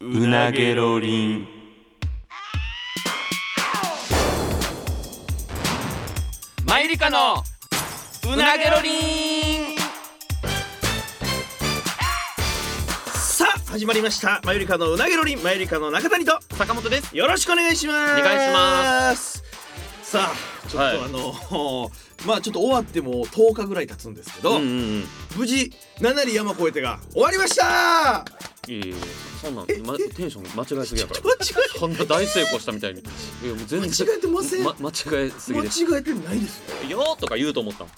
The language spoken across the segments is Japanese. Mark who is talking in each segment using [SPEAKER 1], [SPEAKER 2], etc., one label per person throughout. [SPEAKER 1] うなげろりん
[SPEAKER 2] マイリカのうなげろりん
[SPEAKER 3] さあ始まりましたマユリカのうなげろりんマユリカの中谷と
[SPEAKER 2] 坂本です
[SPEAKER 3] よろしくお願いします
[SPEAKER 2] お願いし
[SPEAKER 3] ますさあちょっと、
[SPEAKER 2] はい
[SPEAKER 3] あのまあちょっと終わってもう10日ぐらい経つんですけ
[SPEAKER 2] う
[SPEAKER 3] ど、
[SPEAKER 2] んうん
[SPEAKER 3] 無事七里山越えてが終わりました
[SPEAKER 2] いやいやいやそんなん、ま、テンション間違えすぎやから
[SPEAKER 3] 間違
[SPEAKER 2] そんな大成功したみたいにいやもう全然
[SPEAKER 3] 間違えてません
[SPEAKER 2] 間違えす
[SPEAKER 3] え
[SPEAKER 2] ぎ
[SPEAKER 3] 間
[SPEAKER 2] です
[SPEAKER 3] 違えてないですよ
[SPEAKER 2] よーとか言うと思ったも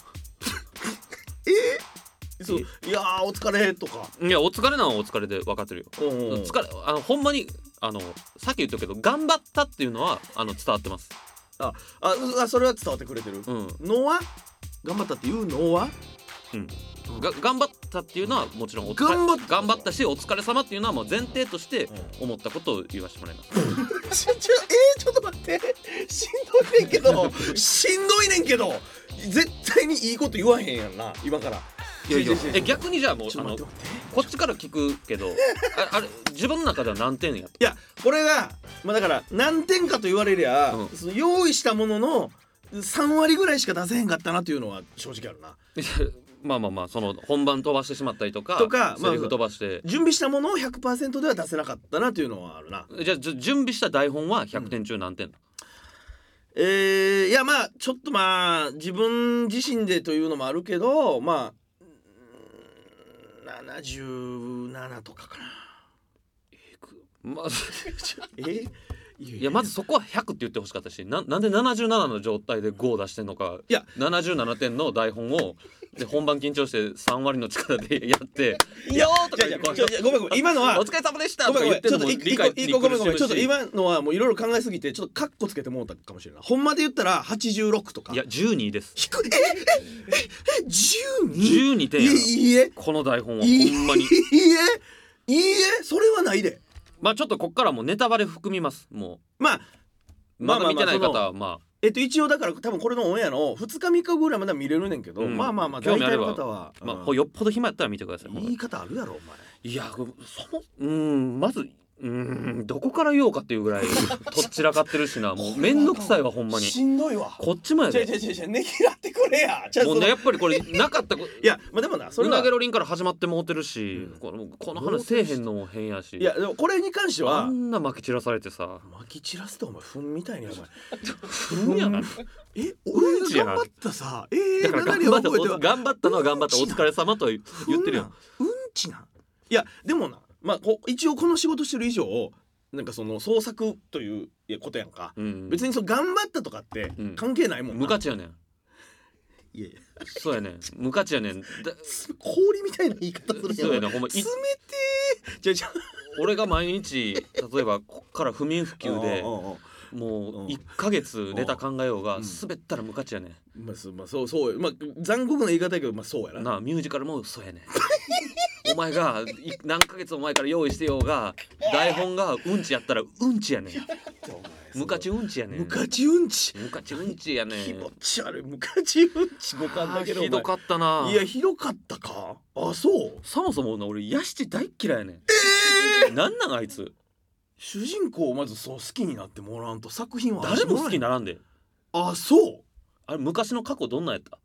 [SPEAKER 3] そういやーお疲れとか、
[SPEAKER 2] んいやお疲れなのはお疲れで分かってるよ
[SPEAKER 3] うんうん
[SPEAKER 2] 疲れあのほんまにあのさっき言ったけど頑張ったっていうのはあの伝わってます
[SPEAKER 3] ああうあそれは伝わってくれてる、
[SPEAKER 2] うん
[SPEAKER 3] のは頑張ったっていうのは
[SPEAKER 2] が頑張ったっていうのはもちろんお疲れ
[SPEAKER 3] 頑張った
[SPEAKER 2] 頑張ったしお疲れ様っていうのはもう前提として思ったことを言わせてもらいます
[SPEAKER 3] ちょちょえー、ちょっと待ってしんどいねんけどしんどいねんけど絶対にいいこと言わへんやんな今から
[SPEAKER 2] いやいや
[SPEAKER 3] ちょちょちょ
[SPEAKER 2] え逆にじゃあもう
[SPEAKER 3] ちょ
[SPEAKER 2] あ
[SPEAKER 3] っと待
[SPEAKER 2] の
[SPEAKER 3] って
[SPEAKER 2] こ
[SPEAKER 3] 待って
[SPEAKER 2] っちから聞くけどああれ自分の中では何点や
[SPEAKER 3] いやこれがまあだから何点かと言われりゃ、
[SPEAKER 2] うん
[SPEAKER 3] その用意したものの3割ぐらいしか出せへんかったなというのは正直あるな
[SPEAKER 2] まあまあまあその本番飛ばしてしまったりとか
[SPEAKER 3] とか
[SPEAKER 2] セリフ飛ばして、
[SPEAKER 3] 準備したものを100%では出せなかったなというのはあるな
[SPEAKER 2] じゃあじゅ準備した台本は100点中何点、
[SPEAKER 3] えー、いやまあちょっとまあ自分自身でというのもあるけどまあうーん77とかかな
[SPEAKER 2] まあ、
[SPEAKER 3] え
[SPEAKER 2] いやまずそこは100って言ってほしかったしななんで77の状態で5を出してんのか
[SPEAKER 3] いや
[SPEAKER 2] 77点の台本をで本番緊張して3割の力でやって「
[SPEAKER 3] い
[SPEAKER 2] い
[SPEAKER 3] や
[SPEAKER 2] やー」と
[SPEAKER 3] いや
[SPEAKER 2] か
[SPEAKER 3] いや
[SPEAKER 2] 言っ
[SPEAKER 3] ち
[SPEAKER 2] て
[SPEAKER 3] ょちょごめんごめん今のは
[SPEAKER 2] お疲れ様でした」と
[SPEAKER 3] ごめ
[SPEAKER 2] か
[SPEAKER 3] んご
[SPEAKER 2] 言
[SPEAKER 3] めん
[SPEAKER 2] って
[SPEAKER 3] ち
[SPEAKER 2] るの
[SPEAKER 3] ょっ
[SPEAKER 2] も
[SPEAKER 3] といい
[SPEAKER 2] 理
[SPEAKER 3] いご
[SPEAKER 2] 解
[SPEAKER 3] いいごめんごめんちょっと
[SPEAKER 2] し
[SPEAKER 3] 今のはもういろいろ考えすぎてちょっとカッコつけてもうたかもしれないほんまで言ったら86とか
[SPEAKER 2] いや12です
[SPEAKER 3] 低いええええ 12?
[SPEAKER 2] 12
[SPEAKER 3] い
[SPEAKER 2] 点
[SPEAKER 3] い
[SPEAKER 2] やな
[SPEAKER 3] えいいえ
[SPEAKER 2] この台本はほ
[SPEAKER 3] いい
[SPEAKER 2] んまに
[SPEAKER 3] いいえいいえそれはないで
[SPEAKER 2] まあちょっとこっからもうネタバレ含みますも
[SPEAKER 3] まあ
[SPEAKER 2] う
[SPEAKER 3] まあ
[SPEAKER 2] まだ
[SPEAKER 3] まあ
[SPEAKER 2] 見
[SPEAKER 3] ま
[SPEAKER 2] て
[SPEAKER 3] あ
[SPEAKER 2] ない
[SPEAKER 3] その
[SPEAKER 2] 方はま
[SPEAKER 3] えっと一応だから多分これのオンエアの2日3日ぐらいまでは見れるねんけど、
[SPEAKER 2] うん
[SPEAKER 3] まあまあまあ
[SPEAKER 2] 興
[SPEAKER 3] 大
[SPEAKER 2] 味あ
[SPEAKER 3] 体
[SPEAKER 2] れ
[SPEAKER 3] の
[SPEAKER 2] ば
[SPEAKER 3] 方は、
[SPEAKER 2] あまあ
[SPEAKER 3] うん
[SPEAKER 2] ほよっぽど暇やったら見てくださいほんま
[SPEAKER 3] 言い
[SPEAKER 2] に
[SPEAKER 3] 方あるやろお前
[SPEAKER 2] いやそのうーんまずうーんどこから言おうかっていうぐら いとっちらかってるしなもう面倒くさいわほんまに
[SPEAKER 3] しんどいわ
[SPEAKER 2] こっちもや
[SPEAKER 3] ちょい
[SPEAKER 2] で
[SPEAKER 3] ちょいちょいちょいねぎらってくれやじゃあ
[SPEAKER 2] も
[SPEAKER 3] そう
[SPEAKER 2] ね
[SPEAKER 3] の
[SPEAKER 2] やっぱりこれなかったこ
[SPEAKER 3] いやまあでもなそれ
[SPEAKER 2] う
[SPEAKER 3] は
[SPEAKER 2] なげろりんから始まってもうてるし、
[SPEAKER 3] うん
[SPEAKER 2] このこの話せえへんのも変やし
[SPEAKER 3] いやでもこれに関して
[SPEAKER 2] あ
[SPEAKER 3] は
[SPEAKER 2] んなまき散らされてさ
[SPEAKER 3] まき散らすとお前ふんみたいにお前
[SPEAKER 2] ふんやな
[SPEAKER 3] え
[SPEAKER 2] 俺が頑張った
[SPEAKER 3] さ え
[SPEAKER 2] だから頑張ったお頑張ったのは頑張ったお疲れ様と言ってるやん
[SPEAKER 3] うんちないやでもなまあこう一応この仕事してる以上なんかその創作といういやことやんか、
[SPEAKER 2] うん
[SPEAKER 3] 別
[SPEAKER 2] に
[SPEAKER 3] にその頑張ったとかって
[SPEAKER 2] うん
[SPEAKER 3] 関係ないもんな、
[SPEAKER 2] 無価値やねん
[SPEAKER 3] いやいや
[SPEAKER 2] そうやねん無価値やねんだ
[SPEAKER 3] す氷みたいな言い方するやん
[SPEAKER 2] そうやねんほんまい
[SPEAKER 3] 冷てーじゃあじゃあ
[SPEAKER 2] 俺が毎日例えばこっから不眠不休で
[SPEAKER 3] うんうんうん
[SPEAKER 2] も
[SPEAKER 3] うん
[SPEAKER 2] う1ヶ月ネタ考えようが
[SPEAKER 3] うん
[SPEAKER 2] 滑ったら無価値やね
[SPEAKER 3] まあそうまあそうそうまあ残酷な言い方やけどまあそうや
[SPEAKER 2] ん
[SPEAKER 3] な
[SPEAKER 2] なあミュージカルもそうやねんお前がい何ヶ月も前から用意してようが台本がうんちやったらうんちやねん無価値うんちやねん
[SPEAKER 3] 無価値うんち
[SPEAKER 2] 無価値うんちやねん
[SPEAKER 3] 気持ち悪い無価値うんち五感だけど
[SPEAKER 2] あーひどかったない
[SPEAKER 3] やひどかったかあそう
[SPEAKER 2] そもそもな俺ヤシチ大っ嫌いやねんなんなんあいつ
[SPEAKER 3] 主人公をまずそう好きになってもらわんと作品は
[SPEAKER 2] 誰も好きに
[SPEAKER 3] な
[SPEAKER 2] ならんで
[SPEAKER 3] あそう
[SPEAKER 2] あれ昔の過去どんなんやった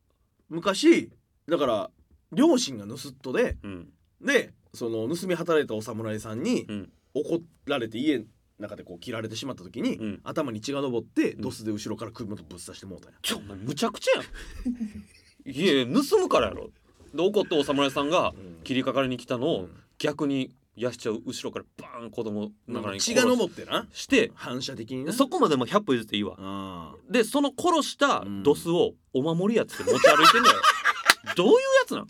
[SPEAKER 3] 昔だから両親が盗っ人で
[SPEAKER 2] うん
[SPEAKER 3] でその盗み働いたお侍さんに
[SPEAKER 2] うん
[SPEAKER 3] 怒られて家の中でこう切られてしまった時に、
[SPEAKER 2] うん
[SPEAKER 3] 頭に血が上って
[SPEAKER 2] ん
[SPEAKER 3] ドスで後ろから首元ぶっ刺してもうたんや、
[SPEAKER 2] ちょお前むちゃくちゃやんいやいや盗むからやろで怒ったお侍さんが
[SPEAKER 3] うん
[SPEAKER 2] 切りかかりに来たの
[SPEAKER 3] う
[SPEAKER 2] を
[SPEAKER 3] ん
[SPEAKER 2] 逆にヤシちゃう後ろからバーン子供ながらに
[SPEAKER 3] 血が上ってな
[SPEAKER 2] して
[SPEAKER 3] 反射的にな
[SPEAKER 2] そこまでも100歩譲っていいわ
[SPEAKER 3] あ
[SPEAKER 2] でその殺した
[SPEAKER 3] うん
[SPEAKER 2] ドスをお守りやつって持ち歩いてんだよ どういうやつなん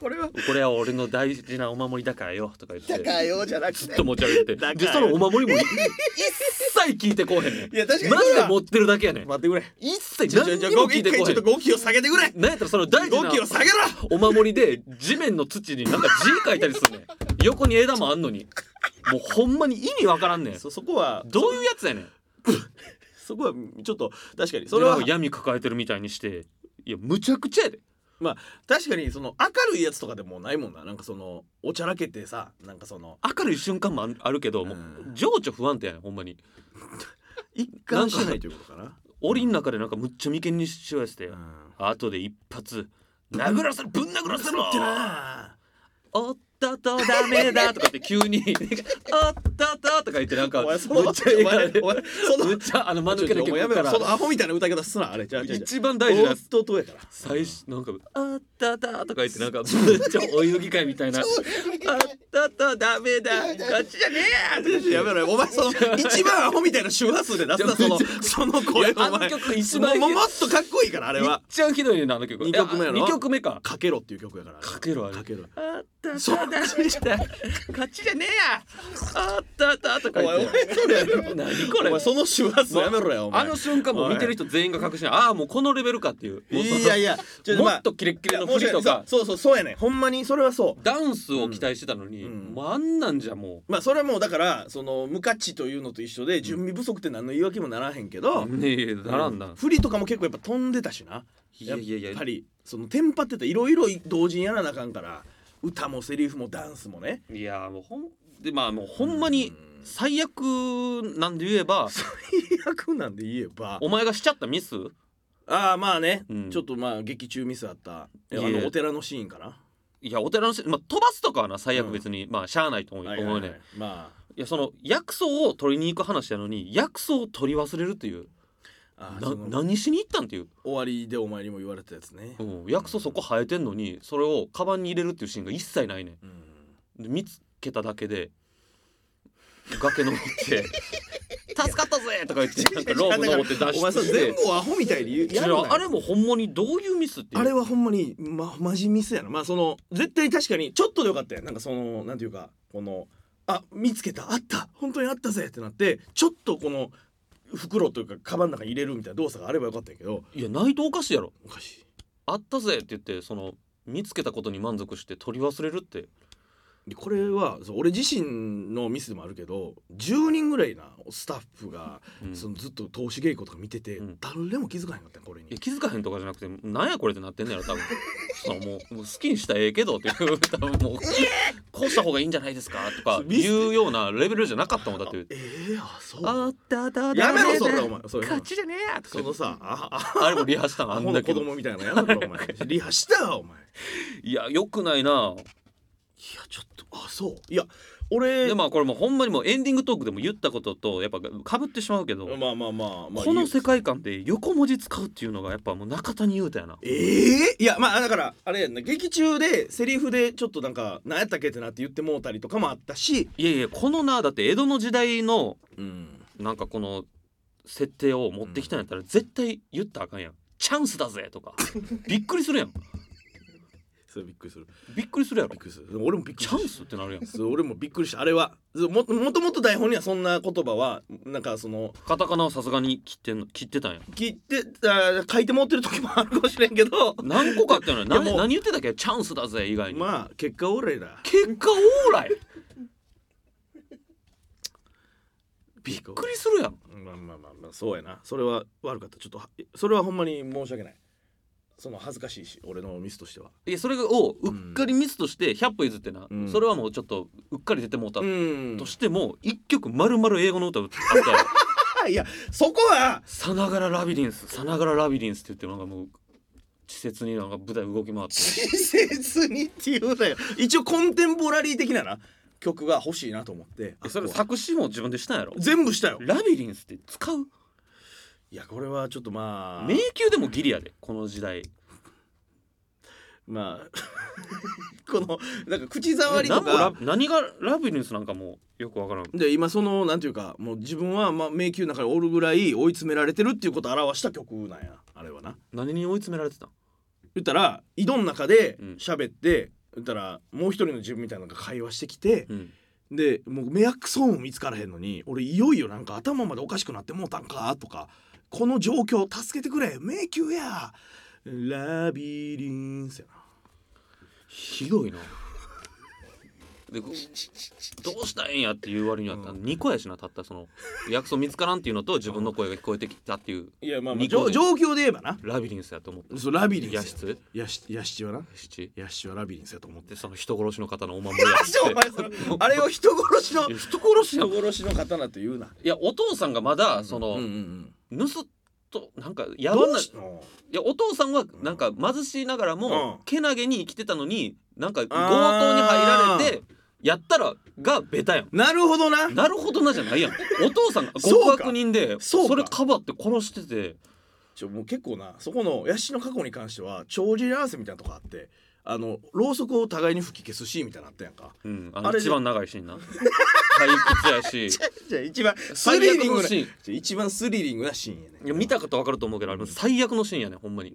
[SPEAKER 3] これは
[SPEAKER 2] これは俺の大事なお守りだからよとか言って
[SPEAKER 3] よじゃなく
[SPEAKER 2] ずっと持ち歩いて
[SPEAKER 3] だから
[SPEAKER 2] でそのお守りも一切聞いてこうへんねん
[SPEAKER 3] いや確かに
[SPEAKER 2] マジで持っ
[SPEAKER 3] 待
[SPEAKER 2] てるだけやねん
[SPEAKER 3] ってくれ
[SPEAKER 2] 一切
[SPEAKER 3] ちょち
[SPEAKER 2] 何
[SPEAKER 3] ょち
[SPEAKER 2] に
[SPEAKER 3] ょ
[SPEAKER 2] も
[SPEAKER 3] ご
[SPEAKER 2] 聞い
[SPEAKER 3] 一
[SPEAKER 2] て
[SPEAKER 3] 回
[SPEAKER 2] こう
[SPEAKER 3] ち
[SPEAKER 2] へ
[SPEAKER 3] ょっ
[SPEAKER 2] ん
[SPEAKER 3] と語気を下げてくれ
[SPEAKER 2] なんやったらその大事
[SPEAKER 3] 語
[SPEAKER 2] な
[SPEAKER 3] 気を下げろ
[SPEAKER 2] お守りで地面の土になんか字書いたりすんね ん横に枝もあんのにもうほんまに意味わからんねん
[SPEAKER 3] そそこは
[SPEAKER 2] どういうやつやねん
[SPEAKER 3] そこはちょっと確かにそれは
[SPEAKER 2] でなんか闇抱えてるみたいにしていやむちゃくちゃやで
[SPEAKER 3] まあ確かにその明るいやつとかでもないもんななんかそのおちゃらけてさなんかその
[SPEAKER 2] 明るい瞬間もあるあるけどもう
[SPEAKER 3] うん
[SPEAKER 2] 情緒不安定やねんほんまに
[SPEAKER 3] 一貫してないということかな
[SPEAKER 2] 檻の中でなんかむっちゃ眉間にしわやせて、
[SPEAKER 3] うん
[SPEAKER 2] 後で一発殴らせるぶん殴らせろ
[SPEAKER 3] ってな
[SPEAKER 2] おっとっとダメだとかって急に おっとっととか言ってなんか
[SPEAKER 3] お
[SPEAKER 2] むっ
[SPEAKER 3] 前
[SPEAKER 2] ち
[SPEAKER 3] そ
[SPEAKER 2] ゃ
[SPEAKER 3] の
[SPEAKER 2] 笑顔で
[SPEAKER 3] お前その
[SPEAKER 2] むっちゃあの間抜けの
[SPEAKER 3] ち
[SPEAKER 2] 曲
[SPEAKER 3] ょちょお前やめ
[SPEAKER 2] か
[SPEAKER 3] ろ
[SPEAKER 2] ら
[SPEAKER 3] そのアホみたいな歌い方すなあれじゃあじゃあじゃあ
[SPEAKER 2] 一番大事なやつ
[SPEAKER 3] おっとっとやから
[SPEAKER 2] 最初なんか「あっただ」とか言ってなんかむっちゃお遊戯会みたい な「あっただダメだこっちじゃねえや!」とか言って
[SPEAKER 3] やめろよお前その一番アホみたいな周波数で出すなそのその声
[SPEAKER 2] いや
[SPEAKER 3] お
[SPEAKER 2] あの
[SPEAKER 3] 前
[SPEAKER 2] 曲一番
[SPEAKER 3] もももっとかっこいいからあれ
[SPEAKER 2] めっ
[SPEAKER 3] は
[SPEAKER 2] ちゃひどいねんなあの曲
[SPEAKER 3] 二曲目やろ
[SPEAKER 2] 2曲目か
[SPEAKER 3] かけろっていう曲やからあれは
[SPEAKER 2] かけろあれ
[SPEAKER 3] かけろ
[SPEAKER 2] あった
[SPEAKER 3] そう
[SPEAKER 2] だダメだこっちじゃねえやあっただとか言って
[SPEAKER 3] お前それやめろ
[SPEAKER 2] 何こ
[SPEAKER 3] お
[SPEAKER 2] れ
[SPEAKER 3] 前その周波数やめろよお前
[SPEAKER 2] あの瞬間もう見てる人全員が確信ああもうこのレベルかっていうもうその
[SPEAKER 3] いや いやちょ
[SPEAKER 2] も
[SPEAKER 3] まあ
[SPEAKER 2] っとキレッキレの
[SPEAKER 3] いや
[SPEAKER 2] 振りとか
[SPEAKER 3] 申し訳ないそうそうそうそうやねんほんまにそれはそう
[SPEAKER 2] ダンスを期待してたのに、
[SPEAKER 3] うん
[SPEAKER 2] もうあんなんじゃも
[SPEAKER 3] まあそれはもうだからその無価値というのと一緒で準備不足って何の言い訳もならへんけど、
[SPEAKER 2] うねえならんな、
[SPEAKER 3] 振りとかも結構やっぱ飛んでたしない
[SPEAKER 2] やいやいや
[SPEAKER 3] っぱりそのテンパってたいろいろ同時にやらなあかんから歌もセリフもダンスもね
[SPEAKER 2] いやもうほんでまあもうほんまに最悪なんで言えば、
[SPEAKER 3] 役なんで言えば
[SPEAKER 2] お前がしちゃったミス
[SPEAKER 3] ああまあね、
[SPEAKER 2] うん
[SPEAKER 3] ちょっとまあ劇中ミスあった
[SPEAKER 2] い
[SPEAKER 3] あ
[SPEAKER 2] や
[SPEAKER 3] のお寺のシーンかない
[SPEAKER 2] やお寺のし、まあ、飛ばすとかはな最悪別に、まあしゃあないと思う,、
[SPEAKER 3] はいはい
[SPEAKER 2] 思
[SPEAKER 3] は
[SPEAKER 2] うね
[SPEAKER 3] い
[SPEAKER 2] んい
[SPEAKER 3] まあ
[SPEAKER 2] やその薬草を取りに行く話やのに薬草を取り忘れるっていう
[SPEAKER 3] あー
[SPEAKER 2] な
[SPEAKER 3] その
[SPEAKER 2] 何しに行ったんっていう、
[SPEAKER 3] 終わりでお前にも言われたやつね、
[SPEAKER 2] うん、薬草そこ生えてんのにそれをカバンに入れるっていうシーンが一切ないねん
[SPEAKER 3] うん
[SPEAKER 2] で見つけただけで崖登 って「助かったぜ!」とか言ってなんかロープ登って脱
[SPEAKER 3] お前
[SPEAKER 2] 出
[SPEAKER 3] さ
[SPEAKER 2] し
[SPEAKER 3] 全
[SPEAKER 2] て
[SPEAKER 3] 部アホみたいに言う
[SPEAKER 2] い
[SPEAKER 3] や
[SPEAKER 2] や
[SPEAKER 3] るなよ
[SPEAKER 2] あれもほんまにどういうミスっていう
[SPEAKER 3] あれはほんまにまマジミスやなまあその絶対確かにちょっとでよかったやんなんかそのなんていうかこのあ見つけたあった本当にあったぜってなってちょっとこの袋というかカバンの中に入れるみたいな動作があればよかったんやけど
[SPEAKER 2] いやないとおかしいやろ
[SPEAKER 3] おかしい
[SPEAKER 2] あったぜって言ってその見つけたことに満足して取り忘れるって
[SPEAKER 3] でこれはそう俺自身のミスでもあるけど10人ぐらいなスタッフが、
[SPEAKER 2] うん
[SPEAKER 3] そのずっと投資稽古とか見てて、
[SPEAKER 2] うん
[SPEAKER 3] 誰も気づかへんかったんこれに
[SPEAKER 2] いや気づかへんとかじゃなくてなんやこれってなってんねやろ多分そのもうもう好きにしたらええけどっていう多分 もうこうした方がいいんじゃないですかとか
[SPEAKER 3] ミス
[SPEAKER 2] いうようなレベルじゃなかったもんだっ
[SPEAKER 3] あえ
[SPEAKER 2] て
[SPEAKER 3] えあそう
[SPEAKER 2] あっただだ
[SPEAKER 3] やめろそ
[SPEAKER 2] れ
[SPEAKER 3] れお前それ
[SPEAKER 2] 勝ちじゃねえやとか
[SPEAKER 3] そのさああ
[SPEAKER 2] あれもリハしたんあ
[SPEAKER 3] ア
[SPEAKER 2] ん
[SPEAKER 3] ホ
[SPEAKER 2] だ
[SPEAKER 3] の
[SPEAKER 2] け
[SPEAKER 3] 子
[SPEAKER 2] ど
[SPEAKER 3] 供みたいなのや めろお前リハしたわお前
[SPEAKER 2] いやよくないない
[SPEAKER 3] やちょっとあそういや俺
[SPEAKER 2] でまあこれもうほんまにもうエンディングトークでも言ったこととやっぱかぶってしまうけど、
[SPEAKER 3] まあまあまあまあ
[SPEAKER 2] この
[SPEAKER 3] いいよ
[SPEAKER 2] 世界観で横文字使うっていうのがやっぱもう中谷優太やな
[SPEAKER 3] ええいやまあだからあれやんな劇中でセリフでちょっとなんか何やったっけってなって言ってもうたりとかもあったし
[SPEAKER 2] いやいやこのなだって江戸の時代の
[SPEAKER 3] うん
[SPEAKER 2] なんかこの設定を持ってきたんやったら絶対言ったらあかんやんチャンスだぜとかびっくりするやん
[SPEAKER 3] それびっくりする
[SPEAKER 2] びっくりするやろ
[SPEAKER 3] びっくりするでも俺もびっくり
[SPEAKER 2] チ
[SPEAKER 3] した
[SPEAKER 2] ャンスってなるやん
[SPEAKER 3] そう俺もびっくりしたあれはそうももともと台本にはそんな言葉はなんかその
[SPEAKER 2] カタカナをさすがに切ってんの切ってたんや
[SPEAKER 3] 聞いてあ書いて持ってる時もあるかもしれんけど
[SPEAKER 2] 何個かあってのに
[SPEAKER 3] いや
[SPEAKER 2] 何
[SPEAKER 3] もう
[SPEAKER 2] 何言ってたっけチャンスだぜ以外に、
[SPEAKER 3] まあ結果俺ら
[SPEAKER 2] 結果オーライ
[SPEAKER 3] びっ
[SPEAKER 2] びっくりするやん
[SPEAKER 3] まあまあまあまあそうやなそれは悪かったちょっとはそれはほんまに申し訳ないその恥ずかしいし俺のミスとしてはい
[SPEAKER 2] やそれをうっかりミスとして100歩譲ってな、
[SPEAKER 3] うん
[SPEAKER 2] それはもうちょっとうっかり出てもうた
[SPEAKER 3] ん
[SPEAKER 2] としても一曲丸々英語の歌を歌ったら「
[SPEAKER 3] いやそこは
[SPEAKER 2] さながらラビリン スさながらラビリンス」って言ってなんかもう稚拙になんか舞台動き回って
[SPEAKER 3] 稚拙にっていうのよ一応コンテンポラリー的なな曲が欲しいなと思って
[SPEAKER 2] えそれ
[SPEAKER 3] あここは
[SPEAKER 2] 作詞も自分でしたんやろ
[SPEAKER 3] 全部したよ
[SPEAKER 2] ラビリンスって使う
[SPEAKER 3] いやこれはちょっとまあ
[SPEAKER 2] 迷宮でもギリやでこの時 代
[SPEAKER 3] まあ このなんか口触りと
[SPEAKER 2] 何もラ
[SPEAKER 3] か
[SPEAKER 2] 何がラビリンスなんかもうよくわからん
[SPEAKER 3] で今そのなんていうかもう自分はまあ迷宮の中におるぐらい追い詰められてるっていうことを表した曲なんやあれはな
[SPEAKER 2] 何に追い詰められてたん
[SPEAKER 3] 言ったら井戸の中で
[SPEAKER 2] うん
[SPEAKER 3] 喋って、言ったらもう一人の自分みたいなのが会話してきて、
[SPEAKER 2] うん
[SPEAKER 3] でもう目やくそも見つからへんのに俺いよいよなんか頭までおかしくなってもうたんかとかこの状況助けてくれ迷宮やラビリンスやな
[SPEAKER 2] ひどいなでこうどうしたらええんやっていう割には、あの2個やしなたったその薬草見つからんっていうのと自分の声が聞こえてきたっていう
[SPEAKER 3] いやまあまあ
[SPEAKER 2] 二
[SPEAKER 3] 状
[SPEAKER 2] 個で
[SPEAKER 3] 状況で言えばな
[SPEAKER 2] ラビリンスやと思った
[SPEAKER 3] そうラビリンス
[SPEAKER 2] 野室
[SPEAKER 3] ヤシヤシチはな
[SPEAKER 2] 七
[SPEAKER 3] ヤシチはラビリンスやと思って
[SPEAKER 2] でその人殺しの方のお守りや
[SPEAKER 3] マジお前それあれを人殺しの
[SPEAKER 2] いや人殺しや
[SPEAKER 3] 人
[SPEAKER 2] んい
[SPEAKER 3] 殺しの刀と言うな
[SPEAKER 2] やお父さんがまだその、
[SPEAKER 3] うんうんうん
[SPEAKER 2] 盗っとなんかやば
[SPEAKER 3] ど
[SPEAKER 2] な
[SPEAKER 3] う
[SPEAKER 2] い
[SPEAKER 3] しの
[SPEAKER 2] やお父さんはなんか貧しいながらも、
[SPEAKER 3] うん
[SPEAKER 2] けなげに生きてたのになんか強盗に入られてやったらがベタやん
[SPEAKER 3] なるほどな
[SPEAKER 2] なるほどなじゃないやんお父さんが
[SPEAKER 3] そう
[SPEAKER 2] 極
[SPEAKER 3] か
[SPEAKER 2] 悪人で
[SPEAKER 3] そうか
[SPEAKER 2] それかばって殺してて
[SPEAKER 3] ちょもう結構なそこのヤシの過去に関しては帳尻合わせみたいなとこあってあのろうそくを互いに吹き消すシーンみたいなのあったやんか
[SPEAKER 2] うん、あの
[SPEAKER 3] あれ
[SPEAKER 2] 一番長いシーンな退屈やし
[SPEAKER 3] じゃ一番 ス
[SPEAKER 2] 最
[SPEAKER 3] リ
[SPEAKER 2] 悪
[SPEAKER 3] リング
[SPEAKER 2] の
[SPEAKER 3] な
[SPEAKER 2] シーン
[SPEAKER 3] ちょ一番スリリングなシーンやね
[SPEAKER 2] いや見たことわかると思うけどあれ最悪のシーンやねほんまに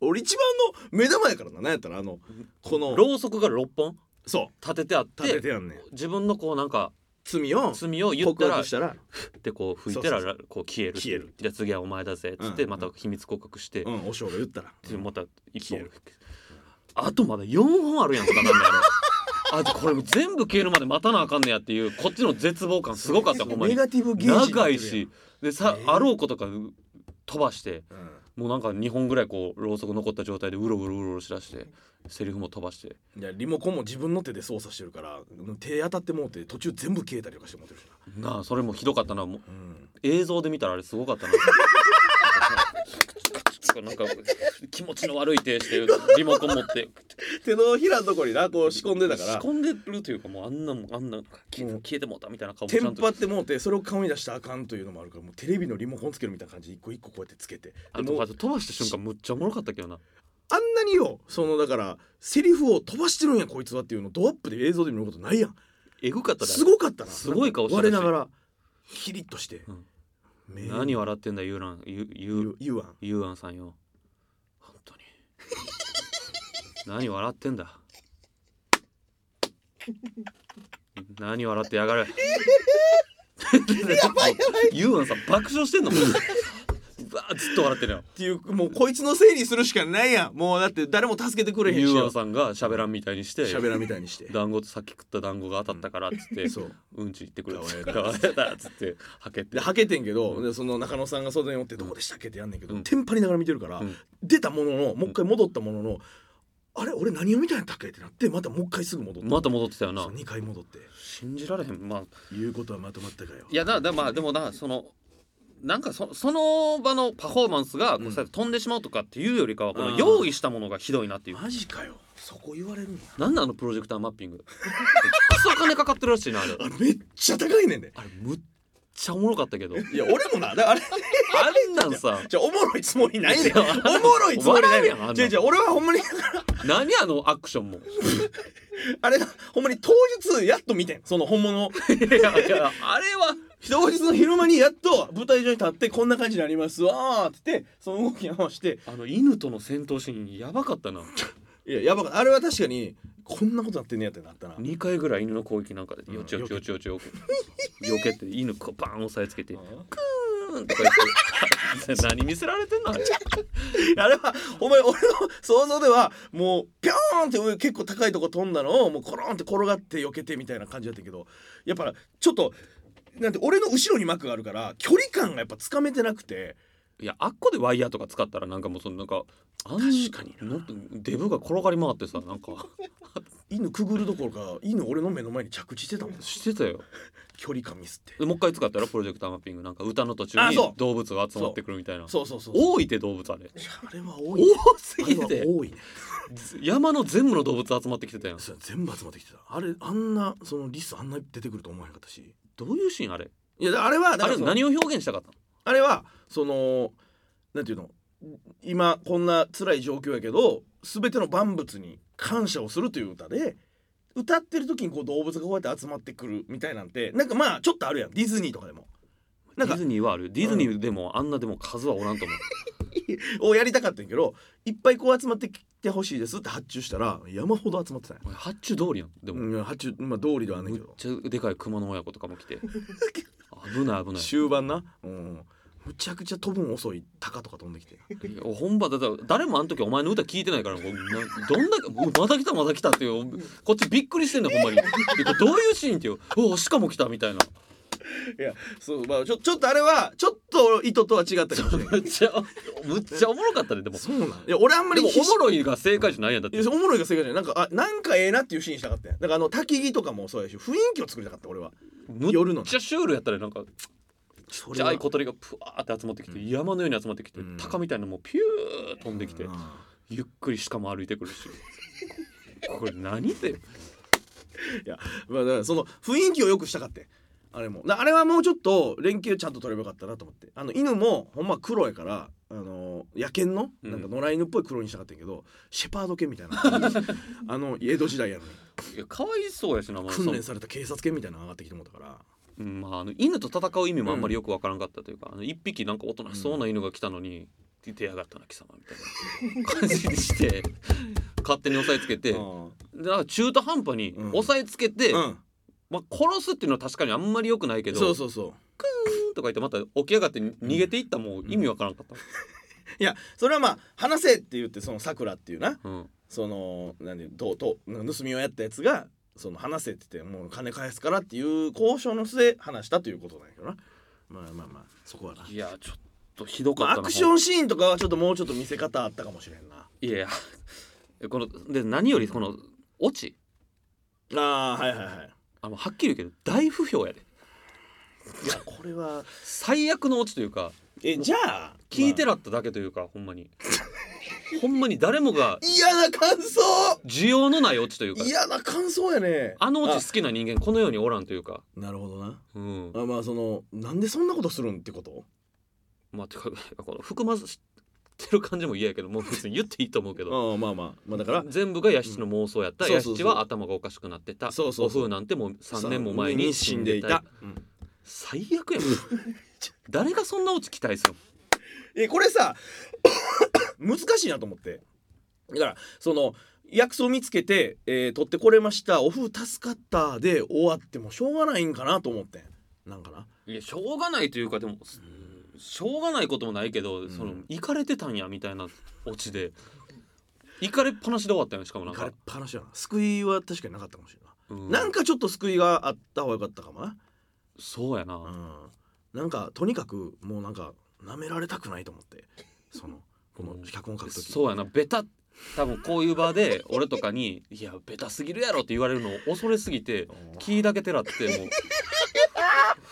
[SPEAKER 3] 俺一番の目玉やからななんやったらあのこ の
[SPEAKER 2] ろうそくが6本
[SPEAKER 3] そ
[SPEAKER 2] 立ててあっ
[SPEAKER 3] う立て
[SPEAKER 2] て
[SPEAKER 3] てやんねん
[SPEAKER 2] 自分のこうなんか
[SPEAKER 3] 罪を
[SPEAKER 2] 罪を言っ
[SPEAKER 3] 告
[SPEAKER 2] たら
[SPEAKER 3] 白したら
[SPEAKER 2] ってこう吹いた
[SPEAKER 3] そ
[SPEAKER 2] らこう消える
[SPEAKER 3] 消える
[SPEAKER 2] じゃあ次はお前だぜっつって
[SPEAKER 3] うん
[SPEAKER 2] また秘密告白して
[SPEAKER 3] うんおしょうが言ったら
[SPEAKER 2] でまた一
[SPEAKER 3] 消え
[SPEAKER 2] 本
[SPEAKER 3] る
[SPEAKER 2] あとまだ4本あるやんとかなんだよね あとこれ全部消えるまで待たなあかんねやっていうこっちの絶望感すごかったほんま
[SPEAKER 3] ネ
[SPEAKER 2] に
[SPEAKER 3] ガティブゲージにな
[SPEAKER 2] 長
[SPEAKER 3] ってるやん
[SPEAKER 2] いしでさ
[SPEAKER 3] えー
[SPEAKER 2] あろうことか飛ばして
[SPEAKER 3] うん
[SPEAKER 2] もうなんか2本ぐらいこうろうそく残った状態でうろうろうろうろしだしてセリフも飛ばして
[SPEAKER 3] いやリモコンも自分の手で操作してるから手当たってもうて途中全部消えたりとかしてもうてるしな、
[SPEAKER 2] なあそれもひどかったなもう
[SPEAKER 3] うん、
[SPEAKER 2] 映像で見たらあれすごかったな。なんか気持ちの悪い手してリモコン持って
[SPEAKER 3] 手のひらのとこになこう仕込んでたから
[SPEAKER 2] 仕込んでるというかもうあんなもんあんな消え
[SPEAKER 3] もう
[SPEAKER 2] 消えてもうたみたいな顔も
[SPEAKER 3] テ
[SPEAKER 2] ちゃん
[SPEAKER 3] ン
[SPEAKER 2] と
[SPEAKER 3] パってもうてそれを顔に出したらあかんというのもあるからもうテレビのリモコンつけるみたいな感じで一個一個こうやってつけて
[SPEAKER 2] あ
[SPEAKER 3] でも
[SPEAKER 2] とあと飛ばした瞬間むっちゃおもろかったけどな
[SPEAKER 3] あんなによそのだからセリフを飛ばしてるんやこいつはっていうのドアップで映像で見ることないやん
[SPEAKER 2] えぐかった
[SPEAKER 3] す
[SPEAKER 2] い
[SPEAKER 3] ごかったな
[SPEAKER 2] すごい顔してたし
[SPEAKER 3] 我ながらキリッとして、
[SPEAKER 2] うん
[SPEAKER 3] 目
[SPEAKER 2] 何笑ってんだユーランユユ
[SPEAKER 3] 言う言わん
[SPEAKER 2] ユーアンさんよ本当に何笑ってんだ何笑ってやがるユーアンさん爆笑してんのうわずっと笑ってるよ
[SPEAKER 3] っていうもうこいつのせいにするしかないやんもうだって誰も助けてくれへんし
[SPEAKER 2] ユーア
[SPEAKER 3] よ
[SPEAKER 2] ンさんが喋らんみたいにして
[SPEAKER 3] 喋らんみたいにして
[SPEAKER 2] 団子とさっき食った団子が当たったからっつって
[SPEAKER 3] そう
[SPEAKER 2] うんち言ってくれっつって
[SPEAKER 3] ガ
[SPEAKER 2] ガワやだっつってはけて
[SPEAKER 3] ではけてんけど、でその中野さんが外におって「どこでしたっけ?」ってやんねんけど、
[SPEAKER 2] うん
[SPEAKER 3] テンパりながら見てるから、
[SPEAKER 2] うん
[SPEAKER 3] 出たもののもう一回戻ったものの、あれ俺何を見たんやったっけってなってまたもう一回すぐ戻って、
[SPEAKER 2] また戻ってたよな
[SPEAKER 3] そう2回戻って
[SPEAKER 2] 信じられへんまあ
[SPEAKER 3] 言うことはまとまったかよ
[SPEAKER 2] いやだだまあでもなそのなんかそその場のパフォーマンスがこう
[SPEAKER 3] うん
[SPEAKER 2] さ飛んでしまうとかっていうよりかはこ
[SPEAKER 3] うん
[SPEAKER 2] の用意したものがひどいなっていう。
[SPEAKER 3] マジかよそこ言われるんや
[SPEAKER 2] なんなんあのプロジェクターマッピングクソ金かかってるらしいなあれ
[SPEAKER 3] あめっちゃ高いねんで、
[SPEAKER 2] あれむっちゃおもろかったけど
[SPEAKER 3] いや俺もなだあれ
[SPEAKER 2] あれなんさ
[SPEAKER 3] じゃあおもろいつもりないねん
[SPEAKER 2] いや
[SPEAKER 3] おもろいつもりない
[SPEAKER 2] 笑う
[SPEAKER 3] ね
[SPEAKER 2] やんあんなん
[SPEAKER 3] じゃあじゃあ俺はほんまに
[SPEAKER 2] 何あのアクションも
[SPEAKER 3] あれなほんまに当日やっと見てんその本物
[SPEAKER 2] いやいやあれは
[SPEAKER 3] 当日の昼間にやっと舞台上に立ってこんな感じになりますわーって言ってその動きに合わせて
[SPEAKER 2] あの犬との戦闘シーンやばかったない
[SPEAKER 3] ややばかったあれは確かにこんなことなってんねやってなったな
[SPEAKER 2] 2回ぐらい犬の攻撃なんかでよちよちよちよちよけよけて犬こうバーン押さえつけてクーンとか言って 何見せられてんのあれ
[SPEAKER 3] あれはお前俺の想像ではもうピョーンって上結構高いとこ飛んだのをもうコロンって転がって避けてみたいな感じだったけどやっぱちょっとなんて俺の後ろに幕があるから距離感がやっぱつかめてなくて
[SPEAKER 2] いやあっこでワイヤーとか使ったらなんかもうそのなんかあん
[SPEAKER 3] 確かにな
[SPEAKER 2] もっとデブが転がり回ってさなんか
[SPEAKER 3] 犬くぐるどころか犬俺の目の前に着地してたもん
[SPEAKER 2] してたよ
[SPEAKER 3] 距離感ミスって
[SPEAKER 2] でもう一回使ったらプロジェクターマッピングなんか歌の途中
[SPEAKER 3] あ
[SPEAKER 2] に
[SPEAKER 3] そう
[SPEAKER 2] 動物が集まってくるみたいな
[SPEAKER 3] そうそうそうい
[SPEAKER 2] 多いって動物あれ
[SPEAKER 3] やあれは多いね
[SPEAKER 2] 多す
[SPEAKER 3] あれ
[SPEAKER 2] ぎ
[SPEAKER 3] は
[SPEAKER 2] て
[SPEAKER 3] 多いね
[SPEAKER 2] 山の全部の動物集まってきてたやん
[SPEAKER 3] そう全部集まってきてたあれあんなそのリスあんな出てくると思わなかったし
[SPEAKER 2] どういうシーンあれ
[SPEAKER 3] いやだあれはだ
[SPEAKER 2] あ
[SPEAKER 3] から
[SPEAKER 2] れ
[SPEAKER 3] その
[SPEAKER 2] 何を表現したかったの
[SPEAKER 3] あれはそのなんていうの今こんな辛い状況やけど全ての万物に感謝をするという歌で歌ってる時にこう動物がこうやって集まってくるみたいなんてなんかまあちょっとあるやんディズニーとかでも
[SPEAKER 2] デ
[SPEAKER 3] なんか
[SPEAKER 2] ィズニーはあるディズニーでもあんなでも数はおらんと思う
[SPEAKER 3] をやりたかったんやけどいっぱいこう集まってきてほしいですって発注したら山ほど集まってたんや
[SPEAKER 2] お前発注通りやんでも、
[SPEAKER 3] うん発注まあ通りではあんねん
[SPEAKER 2] む
[SPEAKER 3] け
[SPEAKER 2] っ
[SPEAKER 3] ど
[SPEAKER 2] ちゃでかい熊の親子とかも来て危ない危ない
[SPEAKER 3] 終盤なうんむちゃくちゃ飛ぶん遅い鷹とか飛んできて
[SPEAKER 2] 本場だったら誰もあの時お前の歌聞いてないからこうなどんだけもうまだ来たまだ来たっていうこっちびっくりしてんだほんまにでこれどういうシーンっていうおしかも来たみたいない
[SPEAKER 3] やそうまあちょちょっとあれはちょっと意図とは違ったかもしれな
[SPEAKER 2] む
[SPEAKER 3] い
[SPEAKER 2] っちゃむっちゃおもろかったねでも
[SPEAKER 3] そうなんいや俺あんま
[SPEAKER 2] で
[SPEAKER 3] り
[SPEAKER 2] も
[SPEAKER 3] 必
[SPEAKER 2] お
[SPEAKER 3] 死
[SPEAKER 2] もろいが正解じゃないやんだっ
[SPEAKER 3] い
[SPEAKER 2] て
[SPEAKER 3] やおもろいが正解じゃないなんかあなんかええなっていうシーンにしたかったんやだからあの焚き火とかもそうやし雰囲気を作りたかった俺は
[SPEAKER 2] む
[SPEAKER 3] 夜の
[SPEAKER 2] っちゃシュールやったらなんか
[SPEAKER 3] そ
[SPEAKER 2] ちっちゃい小鳥がプワーって集まってきて、山のように集まってきて、
[SPEAKER 3] うん
[SPEAKER 2] 鷹みたいなのもピュー飛んできて、ゆっくりしかも歩いてくるしこれ何で
[SPEAKER 3] いやまあだからその雰囲気を良くしたかってあれもなあれはもうちょっと連休ちゃんと取ればよかったなと思ってあの犬もほんま黒やからあの野犬の
[SPEAKER 2] うん
[SPEAKER 3] なんか野良犬っぽい黒にしたかったんやけど、シェパード犬みた いなあの江戸時代やのに
[SPEAKER 2] いやかわいそうやしな、まあ、そ
[SPEAKER 3] 訓
[SPEAKER 2] の
[SPEAKER 3] 練された警察犬みたいなの上がってきてもうたから
[SPEAKER 2] うんまあ、あの犬と戦う意味もあんまりよくわからんかったというか、あの一匹なんかおとなしそうな犬が来たのに、出やがったな貴様みたいな感じに して勝手に押さえつけて、
[SPEAKER 3] うん
[SPEAKER 2] だから中途半端に
[SPEAKER 3] うん
[SPEAKER 2] 押さえつけて、
[SPEAKER 3] うん
[SPEAKER 2] まあ、殺すっていうのは確かにあんまりよくないけど
[SPEAKER 3] そうそうそう
[SPEAKER 2] うんとか言ってまた起き上がって逃げていったもう意味わからんかっ
[SPEAKER 3] いやそれはまあ話せって言ってそのさくらっていうな
[SPEAKER 2] た、うん
[SPEAKER 3] その何どうとなんか盗みをやったやつがその話せって言ってもう金返すからっていう交渉の末話したということなんやけどなまあまあまあそこはな、
[SPEAKER 2] いやちょっとひどかっ
[SPEAKER 3] まあ、
[SPEAKER 2] た
[SPEAKER 3] ア
[SPEAKER 2] な、
[SPEAKER 3] クションシーンとかはちょっともうちょっと見せ方あったかもしれんない
[SPEAKER 2] やこので何よりこのオチ
[SPEAKER 3] あーはいはいはい
[SPEAKER 2] あのはっきり言うけど大不評やで
[SPEAKER 3] いやこれは
[SPEAKER 2] 最悪のオチというか
[SPEAKER 3] えじゃあ
[SPEAKER 2] 聞いて
[SPEAKER 3] る
[SPEAKER 2] らっただけというか、ほんまにほんまに誰もが
[SPEAKER 3] 嫌な感想
[SPEAKER 2] 需要のないオチというか
[SPEAKER 3] 嫌な感想やね
[SPEAKER 2] あのオチ好きな人間この世におらんというか
[SPEAKER 3] なるほどな
[SPEAKER 2] うん
[SPEAKER 3] あまあそのなんでそんなことするんってこと
[SPEAKER 2] まあてかこの含まずしてる感じも嫌やけどもう別に言っていいと思うけど
[SPEAKER 3] ああまあまあまあだから
[SPEAKER 2] 全部がヤシチの妄想やった、
[SPEAKER 3] うん
[SPEAKER 2] ヤ
[SPEAKER 3] そ
[SPEAKER 2] シ
[SPEAKER 3] うそう
[SPEAKER 2] チ
[SPEAKER 3] そう
[SPEAKER 2] は頭がおかしくなってた
[SPEAKER 3] そうそうそ
[SPEAKER 2] お
[SPEAKER 3] う
[SPEAKER 2] 風なんてもう3年も前に死んでいた
[SPEAKER 3] うん
[SPEAKER 2] 最悪 やん誰がそんなオチ期待する
[SPEAKER 3] えこれさ 難しいなと思ってだからその薬草見つけて、えー取ってこれましたお風助かったで終わってもしょうがないんかなと思ってんなんかな
[SPEAKER 2] のいやしょうがないというかでもしょうがないこともないけど、
[SPEAKER 3] ん
[SPEAKER 2] その行かれてたんやみたいなオチで行かれっぱなしで終わったよねしかもなん
[SPEAKER 3] 枯
[SPEAKER 2] か
[SPEAKER 3] れっぱなしやな救いは確かになかったかもしれんない、
[SPEAKER 2] うん
[SPEAKER 3] なんかちょっと救いがあった方が良かったかもな、
[SPEAKER 2] そうやな、
[SPEAKER 3] うん、なんかとにかくもうなんか舐められたくないと思ってそのこの脚本書くとき
[SPEAKER 2] そうやなベタ多分こういう場で俺とかに「いやベタすぎるやろ」って言われるのを恐れすぎて気だけてらってもう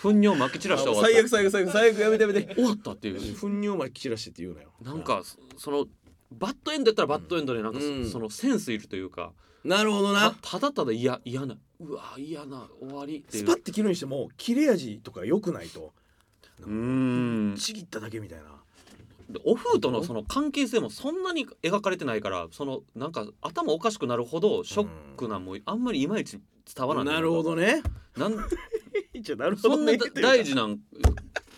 [SPEAKER 2] 糞尿まき散らして終わった
[SPEAKER 3] 最悪最悪最悪最悪やめてやめて
[SPEAKER 2] 終わったっていう
[SPEAKER 3] 糞尿まき散らしてって言うなよ
[SPEAKER 2] なんかそそのバッドエンドやったらバッドエンドでなんかそ,、
[SPEAKER 3] うん
[SPEAKER 2] のセンスいるというか
[SPEAKER 3] なるほど
[SPEAKER 2] た
[SPEAKER 3] な
[SPEAKER 2] ただただ嫌嫌なうわ嫌な終わりってい
[SPEAKER 3] ス
[SPEAKER 2] う
[SPEAKER 3] パッて切るにしても切れ味とか良くないと
[SPEAKER 2] うーん
[SPEAKER 3] ちぎっただけみたいな
[SPEAKER 2] でオフーとのその関係性もそんなに描かれてないからそのなんか頭おかしくなるほどショックなんもあんまりいまいち伝わらない
[SPEAKER 3] なるほどね
[SPEAKER 2] なん
[SPEAKER 3] じゃなる
[SPEAKER 2] そんな大事なん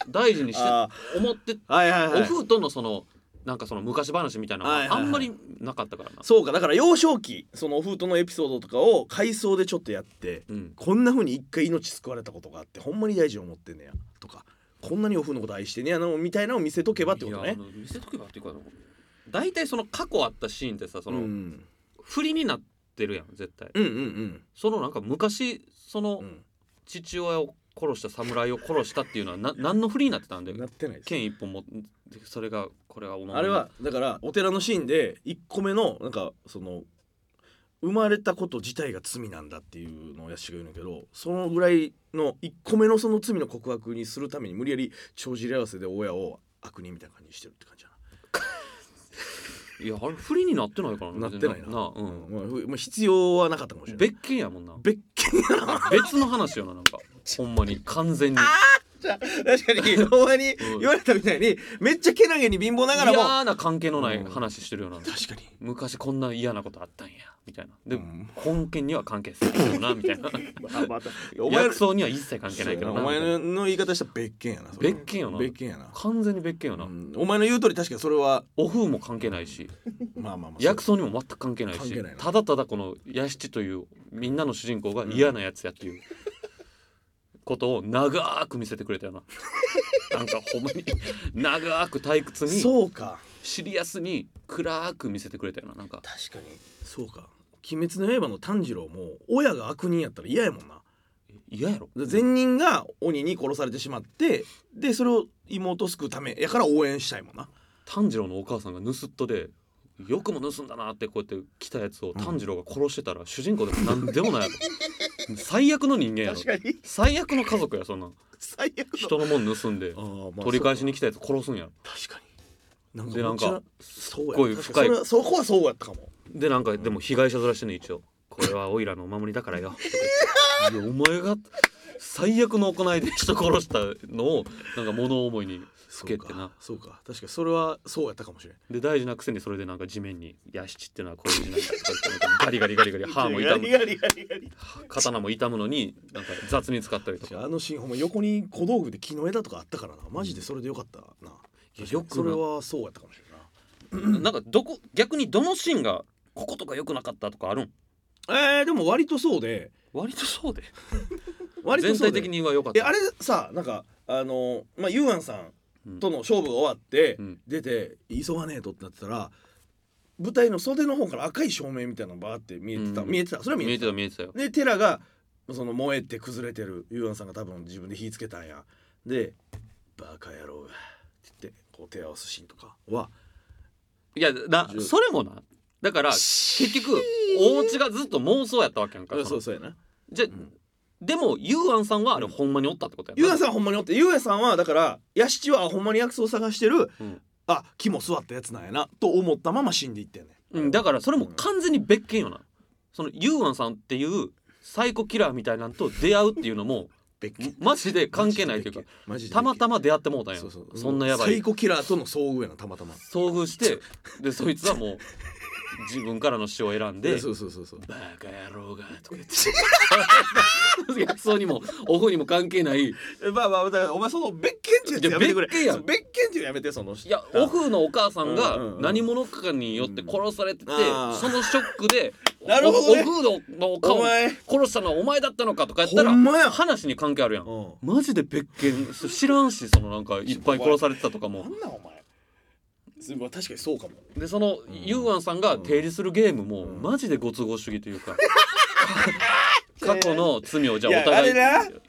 [SPEAKER 2] 大事にして
[SPEAKER 3] あ
[SPEAKER 2] 思って
[SPEAKER 3] はいはい
[SPEAKER 2] オ
[SPEAKER 3] はい
[SPEAKER 2] フとのそのなんかその昔話みたいなの
[SPEAKER 3] はいはい
[SPEAKER 2] が
[SPEAKER 3] は
[SPEAKER 2] あ
[SPEAKER 3] い
[SPEAKER 2] んまりなかったからな、
[SPEAKER 3] そうかだから幼少期そのお封筒のエピソードとかを回想でちょっとやって
[SPEAKER 2] うん、
[SPEAKER 3] こんな風に一回命救われたことがあってほんまに大事に思ってんねやとかこんなにお風のこと愛してんねやなみたいなのを見せとけばってこと
[SPEAKER 2] いやあ
[SPEAKER 3] ね
[SPEAKER 2] の見せとけばっていうか大体その過去あったシーンってさその、
[SPEAKER 3] うん、
[SPEAKER 2] 振りになってるやん絶対
[SPEAKER 3] うんうん
[SPEAKER 2] そのなんか昔その
[SPEAKER 3] うんう
[SPEAKER 2] 父親を殺した侍を殺したっていうのはな何の振りになってたんで
[SPEAKER 3] んなってないです
[SPEAKER 2] 剣一本もでそれがこれはお前の
[SPEAKER 3] あれはだからお寺のシーンで1個目のなんかその生まれたこと自体が罪なんだっていうのをヤシが言うんだけどそのぐらいの1個目のその罪の告白にするために無理やり帳尻合わせで親を悪人みたいな感じにしてるって感じだ
[SPEAKER 2] いやあれ振りになってないから
[SPEAKER 3] ななってない
[SPEAKER 2] なな
[SPEAKER 3] な
[SPEAKER 2] う
[SPEAKER 3] な、
[SPEAKER 2] ん、
[SPEAKER 3] まあふまあ必要はなかったかもしれない
[SPEAKER 2] 別件やもんな
[SPEAKER 3] 別件やな
[SPEAKER 2] 別の話よななんかほんまに完全に
[SPEAKER 3] 確かにほんまに
[SPEAKER 2] うん
[SPEAKER 3] 言われたみたいにめっちゃけなげに貧乏ながらも
[SPEAKER 2] 嫌な関係のない話してるような
[SPEAKER 3] 確かに
[SPEAKER 2] 昔こんな嫌なことあったんやみたいなで、
[SPEAKER 3] うん
[SPEAKER 2] 本件には関係するよなみたいな
[SPEAKER 3] まあまた お前
[SPEAKER 2] 薬
[SPEAKER 3] の
[SPEAKER 2] 草には一切関係ないけどな
[SPEAKER 3] お前
[SPEAKER 2] みたい
[SPEAKER 3] のの言い方したら別件やなそれ
[SPEAKER 2] 別件よな
[SPEAKER 3] 別件やな
[SPEAKER 2] な完全に別件よな、
[SPEAKER 3] うんお前の言う通り確かにそれは
[SPEAKER 2] お風も関係ないし
[SPEAKER 3] まあまあまあ
[SPEAKER 2] 薬草にも全く関係ない
[SPEAKER 3] 関
[SPEAKER 2] し
[SPEAKER 3] 係ないな
[SPEAKER 2] た だただこのヤシチというみんなの主人公が嫌なやつやっていう、ことを長く見せてくれた よななんかほんまに長く退屈に
[SPEAKER 3] そうか
[SPEAKER 2] シリアスに暗く見せてくれたよななんか
[SPEAKER 3] 確かにそうか「鬼滅の刃」の炭治郎も親が悪人やったら嫌やもんな
[SPEAKER 2] 嫌やろ
[SPEAKER 3] 善人が鬼に殺されてしまってでそれを妹を救うためやから応援したいもんな
[SPEAKER 2] 炭治郎のお母さんが盗っ人でよくも盗んだなってこうやって来たやつを炭治郎が殺してたら主人公でも何でも ないやろ最悪の人間やろ
[SPEAKER 3] に
[SPEAKER 2] 最悪の家族やそん なん
[SPEAKER 3] 最悪の
[SPEAKER 2] 人のもん盗んで
[SPEAKER 3] あーまあ
[SPEAKER 2] 取り返しに来たやつ殺すんやろ
[SPEAKER 3] 確かになん
[SPEAKER 2] でなんか
[SPEAKER 3] こちらそうや
[SPEAKER 2] すごい
[SPEAKER 3] 確かに
[SPEAKER 2] 深い
[SPEAKER 3] それはそこはそうやったかも
[SPEAKER 2] でなんかでも被害者ずらしてね一応「これはオイラのお守りだからよ」いやお前が最悪の行いで人殺したのをなんか物思いにふけてな
[SPEAKER 3] そうかそうか確かにそれはそうやったかもしれん
[SPEAKER 2] で大事なくせにそれでなんか地面に「ヤシチってのはこういう字なんだ」とか言ってなんかガリガリガ リガリ歯も痛む
[SPEAKER 3] ガリガリガリ
[SPEAKER 2] 刀も傷むのになんか雑に使ったりと
[SPEAKER 3] じ
[SPEAKER 2] か
[SPEAKER 3] ゃああのシーンほんま横に小道具で木の枝とかあったからなマジでそれでよかったな、
[SPEAKER 2] いやよくな
[SPEAKER 3] それはそうやったかもしれんな
[SPEAKER 2] なんかどこ逆にどのシーンがこことか良くなかったとかあるん
[SPEAKER 3] えー、でも割とそうで
[SPEAKER 2] 割とそうで
[SPEAKER 3] 割とそう
[SPEAKER 2] 全
[SPEAKER 3] で
[SPEAKER 2] 体的には良かっ
[SPEAKER 3] え
[SPEAKER 2] た
[SPEAKER 3] あれさなんかあのまあユーアンさ
[SPEAKER 2] うん
[SPEAKER 3] んとの勝負が終わって、
[SPEAKER 2] うん
[SPEAKER 3] 出て「急がねえと」ってなってたら舞台の袖の方から赤い照明みたいなのバーって見えてた、
[SPEAKER 2] うん
[SPEAKER 3] 見えてたそれは見
[SPEAKER 2] 見
[SPEAKER 3] え
[SPEAKER 2] え
[SPEAKER 3] て
[SPEAKER 2] て
[SPEAKER 3] た
[SPEAKER 2] た見えてたよ
[SPEAKER 3] でテラがその燃えて崩れてるユーアンさんが多分自分で火つけたんやで「バカ野郎が」って言ってこう手合わすシーンとかはい
[SPEAKER 2] やな
[SPEAKER 3] 十
[SPEAKER 2] それもなだから結局お家がずっと妄想やったわけやんか
[SPEAKER 3] そう
[SPEAKER 2] そ
[SPEAKER 3] そ
[SPEAKER 2] の
[SPEAKER 3] うそうやな
[SPEAKER 2] じゃ、
[SPEAKER 3] ん
[SPEAKER 2] でもユーアンさんはあれほんまにおったってことや
[SPEAKER 3] ユーアン
[SPEAKER 2] ん
[SPEAKER 3] さんはほんまにおってユーアンさんはだからヤシチはあほんまに薬草を探してる、
[SPEAKER 2] うん
[SPEAKER 3] あ木も座ったやつなんやなと思ったまま死んでいってんね
[SPEAKER 2] うんだからそれも
[SPEAKER 3] うん
[SPEAKER 2] 完全に別件よなそのユーアンさんっていうサイコキラーみたいなんと出会うっていうの も
[SPEAKER 3] 別件
[SPEAKER 2] マジで関係ないというか
[SPEAKER 3] マジで
[SPEAKER 2] たまた
[SPEAKER 3] ま
[SPEAKER 2] ま出会ってもうたんやん
[SPEAKER 3] そうそう
[SPEAKER 2] そんなやば
[SPEAKER 3] サイ
[SPEAKER 2] い
[SPEAKER 3] コキラーとの遭遇やなたまたま
[SPEAKER 2] 遭遇してでそいつはもう自分からの死を選んで
[SPEAKER 3] そうそうそうそう
[SPEAKER 2] バカ野郎がとか言って 薬草にもオフにも関係ないい
[SPEAKER 3] えまあまあだからお前その別件っていうやつやめてくれ
[SPEAKER 2] いや別件やん
[SPEAKER 3] そう別件っていうのやめてそのい
[SPEAKER 2] やオフのお母さん
[SPEAKER 3] うんうん
[SPEAKER 2] が
[SPEAKER 3] うん
[SPEAKER 2] 何者かによって殺されてて、
[SPEAKER 3] うんあー
[SPEAKER 2] そのショックで
[SPEAKER 3] なるほどね
[SPEAKER 2] おオフのお母
[SPEAKER 3] お
[SPEAKER 2] を
[SPEAKER 3] 前
[SPEAKER 2] 殺したのはお前だったのかとかやったら
[SPEAKER 3] ほんまや
[SPEAKER 2] 話に関係あるやん、
[SPEAKER 3] うん
[SPEAKER 2] マジで別件知らんしそのなんかいっぱい殺されてたとかも
[SPEAKER 3] なんなんお前すまあ確かにそうかも
[SPEAKER 2] でその、ユーアンさんが提示するゲームも、
[SPEAKER 3] うん
[SPEAKER 2] マジでご都合主義というか過去の罪をじゃあお
[SPEAKER 3] いやあ
[SPEAKER 2] 互
[SPEAKER 3] れ
[SPEAKER 2] い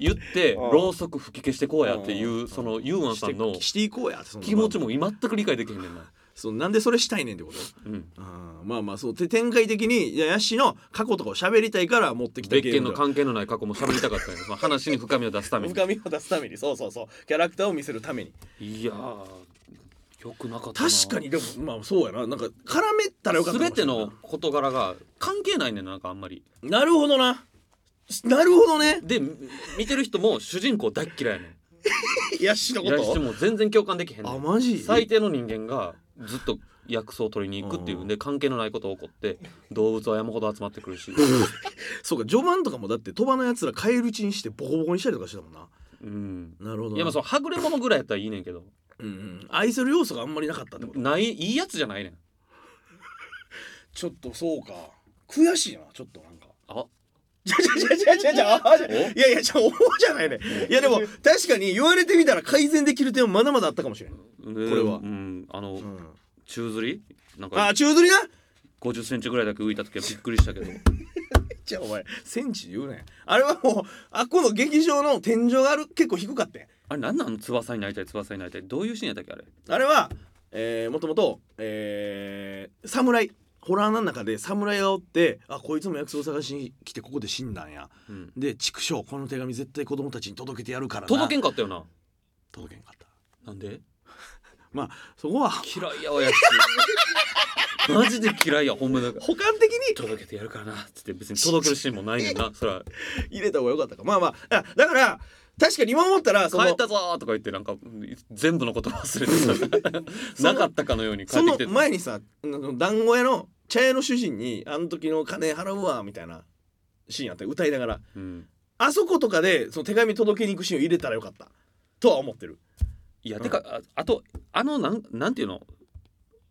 [SPEAKER 2] 言って
[SPEAKER 3] うん
[SPEAKER 2] ろうそく吹き消してこうやってい
[SPEAKER 3] うんうんう
[SPEAKER 2] うんそのユーアンさんの
[SPEAKER 3] してしていこうやその
[SPEAKER 2] 気持ちも全く理解できへんねんな、
[SPEAKER 3] そうなんでそれしたいねんってこと
[SPEAKER 2] うん、
[SPEAKER 3] あーまあまあそうで展開的にいやヤシの過去とかを喋りたいから持ってきた
[SPEAKER 2] 別
[SPEAKER 3] ゲー
[SPEAKER 2] 件
[SPEAKER 3] ム
[SPEAKER 2] の関係のない過去も喋りたかったん やその話に深みを出すために
[SPEAKER 3] 深みを出すためにそうそうそうキャラクターを見せるために
[SPEAKER 2] いやーよくなかったな
[SPEAKER 3] 確かにでもまあそうやななんか絡めたらよかっ
[SPEAKER 2] 全
[SPEAKER 3] たかもしてれんな
[SPEAKER 2] の事柄が関係ないねんななんかあんまり
[SPEAKER 3] なるほどななるほどね
[SPEAKER 2] で見てる人も主人公大っ嫌いやねん
[SPEAKER 3] ヤシのこ
[SPEAKER 2] 依頼して
[SPEAKER 3] と
[SPEAKER 2] も全然共感できへんねん
[SPEAKER 3] あマジ
[SPEAKER 2] 最低の人間がずっと薬草を取りに行くっていうんで関係のないことが起こって動物は山ほど集まってくるし、
[SPEAKER 3] そうか序盤とかもだって鳥羽のやつら返り討ちにしてボコボコにしたりとかしてたもんな
[SPEAKER 2] うん、
[SPEAKER 3] なるほどない
[SPEAKER 2] やまあそのはぐれ者ぐらいやったらいいねんけど
[SPEAKER 3] うんうん、愛する要素があんまりなかったってこと
[SPEAKER 2] ないいいやつじゃないねん
[SPEAKER 3] ちょっとそうか悔しいなちょっとなんか
[SPEAKER 2] あ
[SPEAKER 3] じゃじゃじゃじゃじゃあじゃ
[SPEAKER 2] お
[SPEAKER 3] いやいやじゃあ思うじゃないねいやでも確かに言われてみたら改善できる点はまだまだあったかもしれない、
[SPEAKER 2] こ
[SPEAKER 3] これは
[SPEAKER 2] うん、あの
[SPEAKER 3] うん、
[SPEAKER 2] 宙吊りなん
[SPEAKER 3] あ
[SPEAKER 2] か
[SPEAKER 3] あ宙吊りな
[SPEAKER 2] 5 0ンチぐらいだけ浮いた時はびっくりした けど
[SPEAKER 3] じゃあお前センチで言うねあれはもうあっこの劇場の天井がある結構低かったんや
[SPEAKER 2] あれなんなん翼になりたい翼になりたいどういうシーンやったっけあれ
[SPEAKER 3] あれは、えー、もともと、えー、侍ホラーの中で侍がおってあこいつも薬草を探しに来てここで死んだんや
[SPEAKER 2] うん
[SPEAKER 3] で畜生この手紙絶対子供たちに届けてやるからな
[SPEAKER 2] 届けんかったよな
[SPEAKER 3] 届けんかった
[SPEAKER 2] なんで
[SPEAKER 3] まあそこは
[SPEAKER 2] 嫌いやわやつ マジで嫌いやほんまだから
[SPEAKER 3] 補完的に
[SPEAKER 2] 届けてやるからなっつって別に届けるシーンもないねん なそれは
[SPEAKER 3] 入れた方が良かったかまあまああだから確かに今思ったらその
[SPEAKER 2] 帰ったぞーとか言ってなんかうん全部のこと忘れてたなかったかのように帰
[SPEAKER 3] そ
[SPEAKER 2] って
[SPEAKER 3] の
[SPEAKER 2] きてた
[SPEAKER 3] 前にさあの団子屋の茶屋の主人にあの時の金払うわみたいなシーンあって歌いながら
[SPEAKER 2] うん、
[SPEAKER 3] あそことかでその手紙届けに行くシーンを入れたらよかったとは思ってる
[SPEAKER 2] いやてかああとあのなんなんていうの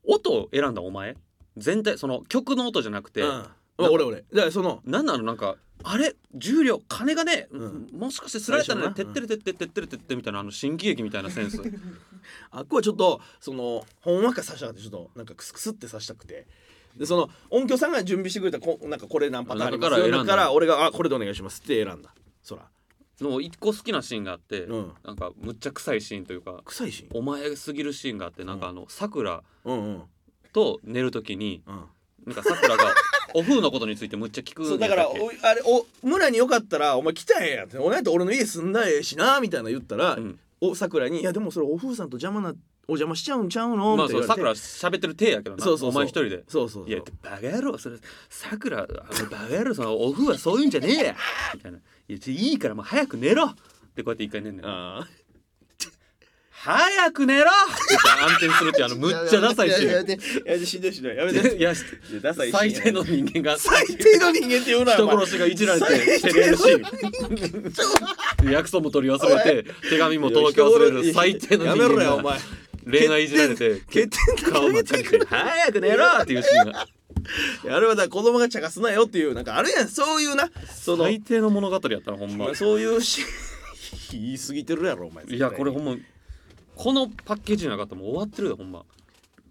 [SPEAKER 2] 音を選んだお前全体その曲の音じゃなくて、
[SPEAKER 3] うんあ俺俺だからその
[SPEAKER 2] なんなのなんかあれ重量金がね、
[SPEAKER 3] うん
[SPEAKER 2] もしかしてすられたらねて
[SPEAKER 3] 最
[SPEAKER 2] っ
[SPEAKER 3] 初
[SPEAKER 2] てれてってってってれてってみたいなあの新喜劇みたいなセンス
[SPEAKER 3] あっこはちょっとそのほんわか刺したくてちょっとなんかクスクスって刺したくてでその音響さんが準備してくれたこなんかこれ何パターンあります
[SPEAKER 2] 中か
[SPEAKER 3] よ
[SPEAKER 2] ら選んだ
[SPEAKER 3] だから俺が「あこれでお願いします」って選んだそら
[SPEAKER 2] の一個好きなシーンがあって、
[SPEAKER 3] うん
[SPEAKER 2] なんかむっちゃ臭いシーンというか
[SPEAKER 3] 臭いし
[SPEAKER 2] お前すぎるシーンがあってなんかあのさくら
[SPEAKER 3] うんうん
[SPEAKER 2] と寝る時に
[SPEAKER 3] うん
[SPEAKER 2] なんかさくらがお風のことについてむっちゃ聞くん
[SPEAKER 3] そう
[SPEAKER 2] や
[SPEAKER 3] だ
[SPEAKER 2] っ
[SPEAKER 3] か
[SPEAKER 2] た
[SPEAKER 3] ら
[SPEAKER 2] っけ
[SPEAKER 3] おあれお村によかったらお前来たらええやんってお前と俺の家住んだらええしなみたいな言ったら、
[SPEAKER 2] うん
[SPEAKER 3] おさくらに「いやでもそれお風さんと邪魔なお邪魔しちゃうんちゃうの?」
[SPEAKER 2] まあ
[SPEAKER 3] みたい
[SPEAKER 2] そ
[SPEAKER 3] な
[SPEAKER 2] うさくら喋ってる手やけどな
[SPEAKER 3] そうそうそう
[SPEAKER 2] お前一人で。
[SPEAKER 3] そうそうそう
[SPEAKER 2] いやバカ野郎それさくらあのバカ野郎そのオフはそういうんじゃねえやみたいな「いやちょいいからもう早く寝ろ」ってこうやって一回寝んねん
[SPEAKER 3] ああ
[SPEAKER 2] 早く寝ろって暗転するっていうあのむ っちゃダサいシ
[SPEAKER 3] いや
[SPEAKER 2] ー
[SPEAKER 3] いやいやいやしんどいしんどいやめて
[SPEAKER 2] ン。いや
[SPEAKER 3] いやダサいシーン
[SPEAKER 2] 最低の人間が
[SPEAKER 3] 最低の人間って言うな
[SPEAKER 2] 人
[SPEAKER 3] お前
[SPEAKER 2] 殺しがいじられて照れるシーン。約束も取り忘れて手紙も届け忘れる最低の人
[SPEAKER 3] やめろや
[SPEAKER 2] 間
[SPEAKER 3] お
[SPEAKER 2] が
[SPEAKER 3] 前
[SPEAKER 2] 恋愛いじられて
[SPEAKER 3] 欠点欠点
[SPEAKER 2] 顔真っ赤にして「早く寝ろ!」っていうシーンが
[SPEAKER 3] いやあれはだから子供が茶化すなよっていうなんかあるやんそういうなその、
[SPEAKER 2] 最低の物語やったなほんま
[SPEAKER 3] まあ、そういうし 言い過ぎてるやろお前
[SPEAKER 2] いやこれほ
[SPEAKER 3] ん
[SPEAKER 2] んまこのパッケージなかったらもう終わってるよほんま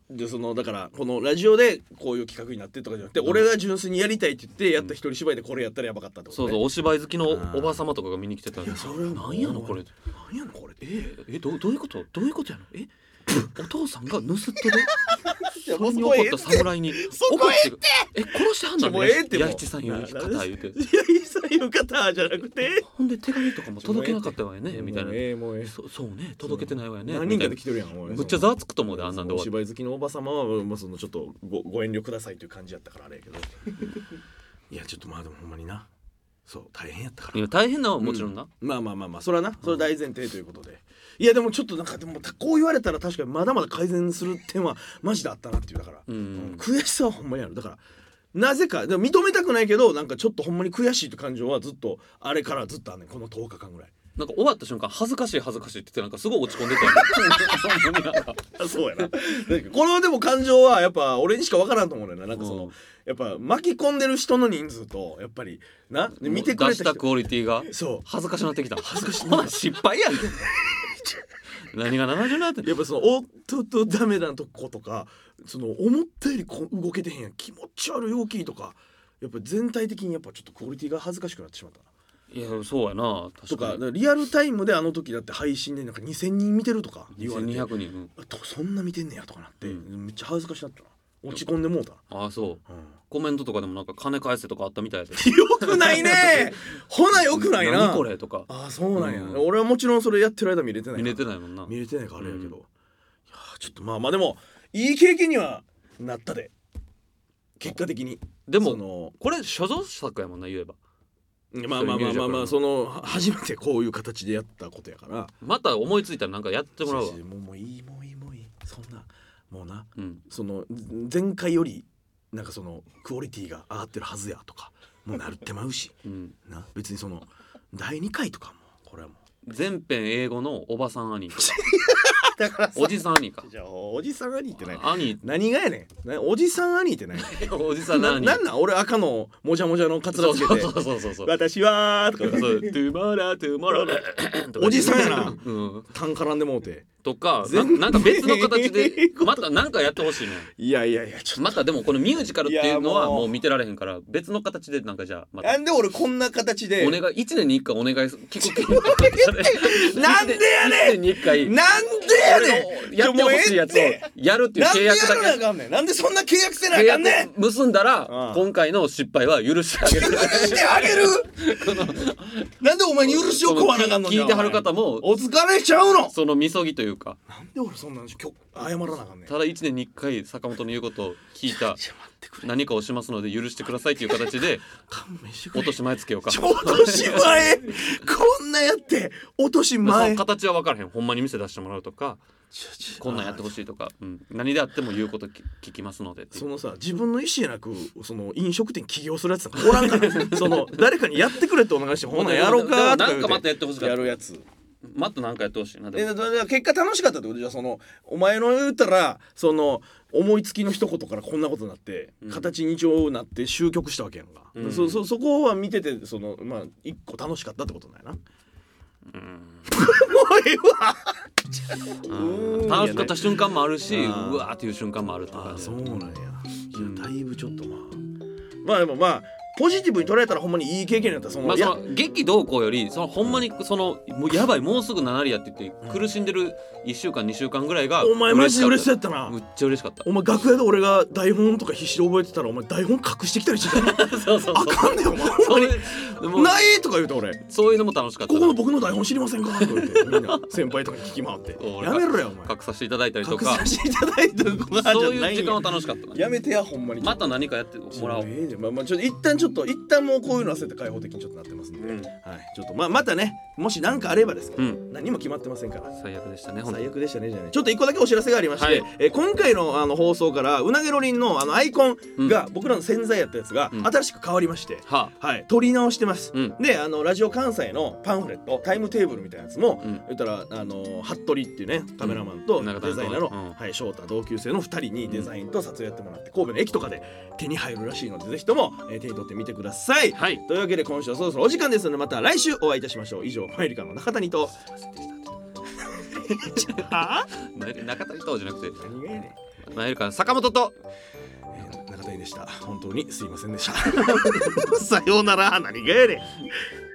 [SPEAKER 3] でそのだからこのラジオでこういう企画になってとかじゃなくて、俺が純粋にやりたいって言ってやった一人芝居でこれやったらやばかったってこと、
[SPEAKER 2] そう
[SPEAKER 3] ね、
[SPEAKER 2] そう
[SPEAKER 3] う
[SPEAKER 2] お芝居好きの
[SPEAKER 3] あー
[SPEAKER 2] おば様とかが見に来てたら
[SPEAKER 3] それはもう
[SPEAKER 2] なんやのこれ
[SPEAKER 3] そうなんやのこれって
[SPEAKER 2] ええどうどういうことどういうことやのえお父さんが盗っ人でそれに
[SPEAKER 3] もう
[SPEAKER 2] 怒
[SPEAKER 3] そこえ
[SPEAKER 2] っ
[SPEAKER 3] えって
[SPEAKER 2] た侍に
[SPEAKER 3] そこええ
[SPEAKER 2] 怒ってえ殺してはん
[SPEAKER 3] ち
[SPEAKER 2] だ
[SPEAKER 3] ょもうええってもう
[SPEAKER 2] 弥一さんより肩言うて
[SPEAKER 3] いやいいさ言う方じゃなくて
[SPEAKER 2] ほんで手紙とかも届けなかったわよねみたいな
[SPEAKER 3] もうええもうええ
[SPEAKER 2] そそうね届けてないわよね
[SPEAKER 3] 何
[SPEAKER 2] みた
[SPEAKER 3] 人か
[SPEAKER 2] い
[SPEAKER 3] で
[SPEAKER 2] な
[SPEAKER 3] 来てるやんおい
[SPEAKER 2] むっちゃざわつくと思うであんなんで
[SPEAKER 3] お
[SPEAKER 2] 終わっ
[SPEAKER 3] 芝居好きのおば様は、まあ、そのちょっとごご遠慮くださいという感じやったからあれ やけどいやちょっとまあでもほんまになそう大変やったか
[SPEAKER 2] てい
[SPEAKER 3] ら
[SPEAKER 2] や大変なのはもちろんな、
[SPEAKER 3] まあまあまあまあそれはなそれ大前提ということで、いやでもちょっとなんかでもたこう言われたら確かにまだまだ改善する点はマジであったなっていうだから、
[SPEAKER 2] うん
[SPEAKER 3] 悔しさはほんまにあるだからなぜかでも認めたくないけどなんかちょっとほんまに悔しいって感情はずっとあれからずっとあんねんこの10日間ぐらい
[SPEAKER 2] なんか終わった瞬間恥ずかしい恥ずかしいって言ってなんかすごい落ち込んでたよなんか
[SPEAKER 3] あ そうや ななんかこのでも感情はやっぱ俺にしか分からんと思うねんななんかその、
[SPEAKER 2] うん
[SPEAKER 3] やっぱ巻き込んでる人の人数とやっぱりなで見てく
[SPEAKER 2] 出
[SPEAKER 3] れ
[SPEAKER 2] したた
[SPEAKER 3] 人
[SPEAKER 2] クオリティが
[SPEAKER 3] そ
[SPEAKER 2] 恥ずかしなってきた恥ずかしいな失敗やん何が70なって
[SPEAKER 3] うやっぱそのおっとっとダメなとことかその思ったよりこ動けてへんやん気持ち悪い大きいとかやっぱ全体的にやっぱちょっとクオリティが恥ずかしくなってしまったない
[SPEAKER 2] やそうやな
[SPEAKER 3] と
[SPEAKER 2] 確か
[SPEAKER 3] かだ
[SPEAKER 2] に
[SPEAKER 3] からリアルタイムであの時だって配信でなんか2,000人見てるとか言われて
[SPEAKER 2] 1200人、うん
[SPEAKER 3] あとそんな見てんねやとかなって、
[SPEAKER 2] う
[SPEAKER 3] めっちゃ恥ずかしなったな落ち込んでもうたな、
[SPEAKER 2] ああそう
[SPEAKER 3] うん
[SPEAKER 2] コメントとかでもなんか金返せとかあったみたいで
[SPEAKER 3] よくな いねほなよくないな
[SPEAKER 2] 何これとか
[SPEAKER 3] ああそうなんや、
[SPEAKER 2] うん
[SPEAKER 3] 俺はもちろんそれやってる間見れてない
[SPEAKER 2] 見れて
[SPEAKER 3] い
[SPEAKER 2] ないもんな
[SPEAKER 3] 見れてないからあれやけど、いやーちょっとまあまあでもいい経験にはなったで結果的に
[SPEAKER 2] で
[SPEAKER 3] そ
[SPEAKER 2] も
[SPEAKER 3] の
[SPEAKER 2] これ所蔵作やもんな言えば
[SPEAKER 3] まあまあまあまあまあ
[SPEAKER 2] そ
[SPEAKER 3] そのは初めてこういう形でやったことやから
[SPEAKER 2] また思いついたらなんかやってもらうわ
[SPEAKER 3] 先生もうもういいもういいもういいそんなもうな
[SPEAKER 2] うん
[SPEAKER 3] そのん前回よりなんかそのクオリティが上がってるはずやとかもうなるってまうし
[SPEAKER 2] うん
[SPEAKER 3] な別にその第2回とかもこれはもう
[SPEAKER 2] 全編英語のおばさん兄貴おじさん兄か
[SPEAKER 3] じゃあおじさん兄ってない
[SPEAKER 2] 兄
[SPEAKER 3] 何がやねんなおじさん兄ってない
[SPEAKER 2] おじさんの
[SPEAKER 3] な
[SPEAKER 2] 兄
[SPEAKER 3] なんなん俺赤のもじゃもじゃのカツラ
[SPEAKER 2] そう
[SPEAKER 3] つけ
[SPEAKER 2] そ
[SPEAKER 3] て
[SPEAKER 2] うそうそうそうそう
[SPEAKER 3] 私は」とか
[SPEAKER 2] そう「トゥモロートゥモロー」とか
[SPEAKER 3] おじさんやな
[SPEAKER 2] うん、
[SPEAKER 3] 単絡んでもうて
[SPEAKER 2] とかな
[SPEAKER 3] 全然
[SPEAKER 2] なんか別の形で
[SPEAKER 3] 英語
[SPEAKER 2] またなんかやってほしいね
[SPEAKER 3] いやいやいやちょっ
[SPEAKER 2] またでもこのミュージカルっていうの
[SPEAKER 3] い
[SPEAKER 2] は
[SPEAKER 3] やもう
[SPEAKER 2] もう見てられへんから別の形でなんかじゃあま
[SPEAKER 3] と
[SPEAKER 2] た
[SPEAKER 3] なんで俺こんな形で
[SPEAKER 2] お願い1年に1回お願いす聞く
[SPEAKER 3] なんでや
[SPEAKER 2] 1
[SPEAKER 3] ねん
[SPEAKER 2] 年に1回
[SPEAKER 3] なんでや
[SPEAKER 2] 俺
[SPEAKER 3] ね
[SPEAKER 2] の
[SPEAKER 3] ん
[SPEAKER 2] やってほしいやつを
[SPEAKER 3] ちょもうええって
[SPEAKER 2] やるっていう
[SPEAKER 3] なん
[SPEAKER 2] 契
[SPEAKER 3] でや
[SPEAKER 2] 約
[SPEAKER 3] らなあ
[SPEAKER 2] だ
[SPEAKER 3] かんねんなんでそんな契約せな
[SPEAKER 2] け契
[SPEAKER 3] あかんねん
[SPEAKER 2] 約結んだ
[SPEAKER 3] う
[SPEAKER 2] ら
[SPEAKER 3] ん
[SPEAKER 2] 今回の失敗は許してあげる
[SPEAKER 3] 許してあげるなんでお前に許しを食わなあかんの
[SPEAKER 2] 聞いてはる
[SPEAKER 3] じゃあ
[SPEAKER 2] 方も
[SPEAKER 3] お前お疲れしちゃうの
[SPEAKER 2] そのみそぎというか
[SPEAKER 3] なんで俺そんなの今日謝らなあかんねん
[SPEAKER 2] ただ1年に1回坂本の言うことを聞いた
[SPEAKER 3] ちょ待ってくれ
[SPEAKER 2] 何かをしますので許してくださいっていう形で
[SPEAKER 3] 勘弁してくれ
[SPEAKER 2] 落とし前つけようか
[SPEAKER 3] ちょ落とし前こんなやって落とし
[SPEAKER 2] そ
[SPEAKER 3] 前
[SPEAKER 2] の形は分からへんほんまに店出してもらうとかこんなんやってほ
[SPEAKER 3] しい
[SPEAKER 2] しいとか、うん、何であっても言うことき聞きますのでっていう
[SPEAKER 3] そのさ自分の意思やなくその飲食店起業するやつなんかおらんからその誰かにやってくれってお願いしてほなやろうか
[SPEAKER 2] でも
[SPEAKER 3] とか
[SPEAKER 2] なんかまたやってほしかった
[SPEAKER 3] やるやつ
[SPEAKER 2] マットなんかやってほしいなで
[SPEAKER 3] え
[SPEAKER 2] も
[SPEAKER 3] だから結果楽しかったってことじゃそのお前の言ったらその思いつきの一言からこんなことになって、
[SPEAKER 2] うん
[SPEAKER 3] 形に上なって終局したわけやんか、
[SPEAKER 2] うん
[SPEAKER 3] そそそこは見ててそのまあ一個楽しかったってことなんやなも
[SPEAKER 2] うん
[SPEAKER 3] うええわ
[SPEAKER 2] う
[SPEAKER 3] うんん
[SPEAKER 2] 楽しかった瞬間もあるし
[SPEAKER 3] あー
[SPEAKER 2] うわーっていう瞬間もあるとか
[SPEAKER 3] あ
[SPEAKER 2] で
[SPEAKER 3] あそうなんやい
[SPEAKER 2] うん
[SPEAKER 3] やだいぶちょっとまあまあでもまあポジティブに捉えたらほんまにいい経験だったその,、
[SPEAKER 2] まあ
[SPEAKER 3] いや
[SPEAKER 2] その劇どうこうよりそのほんまにそのもうやばいもうすぐ7割やって言って苦しんでる1週間2週間ぐらいが
[SPEAKER 3] お前マジで嬉しそうやったな
[SPEAKER 2] むっちゃ嬉しかった
[SPEAKER 3] お前楽屋で俺が台本とか必死で覚えてたらお前台本隠してきたりしてた
[SPEAKER 2] そうそう
[SPEAKER 3] あ
[SPEAKER 2] そう
[SPEAKER 3] かんねんお前
[SPEAKER 2] そういうでも
[SPEAKER 3] ないとか言うて俺
[SPEAKER 2] そういうのも楽しかった
[SPEAKER 3] こ
[SPEAKER 2] な
[SPEAKER 3] この僕の台本知りませんかって言ってみんな先輩とかに聞き回って
[SPEAKER 2] お
[SPEAKER 3] やめろよお
[SPEAKER 2] 隠
[SPEAKER 3] 前
[SPEAKER 2] させていただいたりと
[SPEAKER 3] 隠
[SPEAKER 2] か
[SPEAKER 3] させていただいてるコーナーじ
[SPEAKER 2] そう
[SPEAKER 3] ゃないいう
[SPEAKER 2] 時間は楽しかったな
[SPEAKER 3] やめてやほんまに
[SPEAKER 2] また何かやってもらおう
[SPEAKER 3] ええでまあまあちょっと一旦ちょっと一旦もうこういうのはそうやって開放的にちょっとなってますんで、
[SPEAKER 2] うん
[SPEAKER 3] はいちょっとまあまたねもし何かあればですけど、
[SPEAKER 2] うん
[SPEAKER 3] 何も決まってませんから
[SPEAKER 2] 最悪でしたね本当
[SPEAKER 3] 最
[SPEAKER 2] に
[SPEAKER 3] 悪でしたねじゃあねちょっと一個だけお知らせがありまして、
[SPEAKER 2] はい
[SPEAKER 3] えー今回のあの放送からうなげろりんのあのアイコンが、僕らの洗剤やったやつが、
[SPEAKER 2] うん
[SPEAKER 3] 新しく変わりまして、
[SPEAKER 2] はあ
[SPEAKER 3] はい取り直してます、
[SPEAKER 2] うん
[SPEAKER 3] であのラジオ関西のパンフレットタイムテーブルみたいなやつも、
[SPEAKER 2] うん
[SPEAKER 3] 言ったらあの服部っていうねカメラマンと
[SPEAKER 2] うん
[SPEAKER 3] デザイナーの、
[SPEAKER 2] うん
[SPEAKER 3] はい、翔太同級生の2人にデザインと撮影やってもらって神戸の駅とかで手に入るらしいのでぜひとも、えー手に取ってみてください。
[SPEAKER 2] はい
[SPEAKER 3] というわけで今週はそろそろお時間ですのでまた来週お会いいたしましょう。以上マイリカの中谷と。はあ
[SPEAKER 2] な中谷とじゃなくて
[SPEAKER 3] 何がやねん
[SPEAKER 2] なえるか坂本と
[SPEAKER 3] え ー中谷でした。本当にすいませんでした。さようなら何がやねん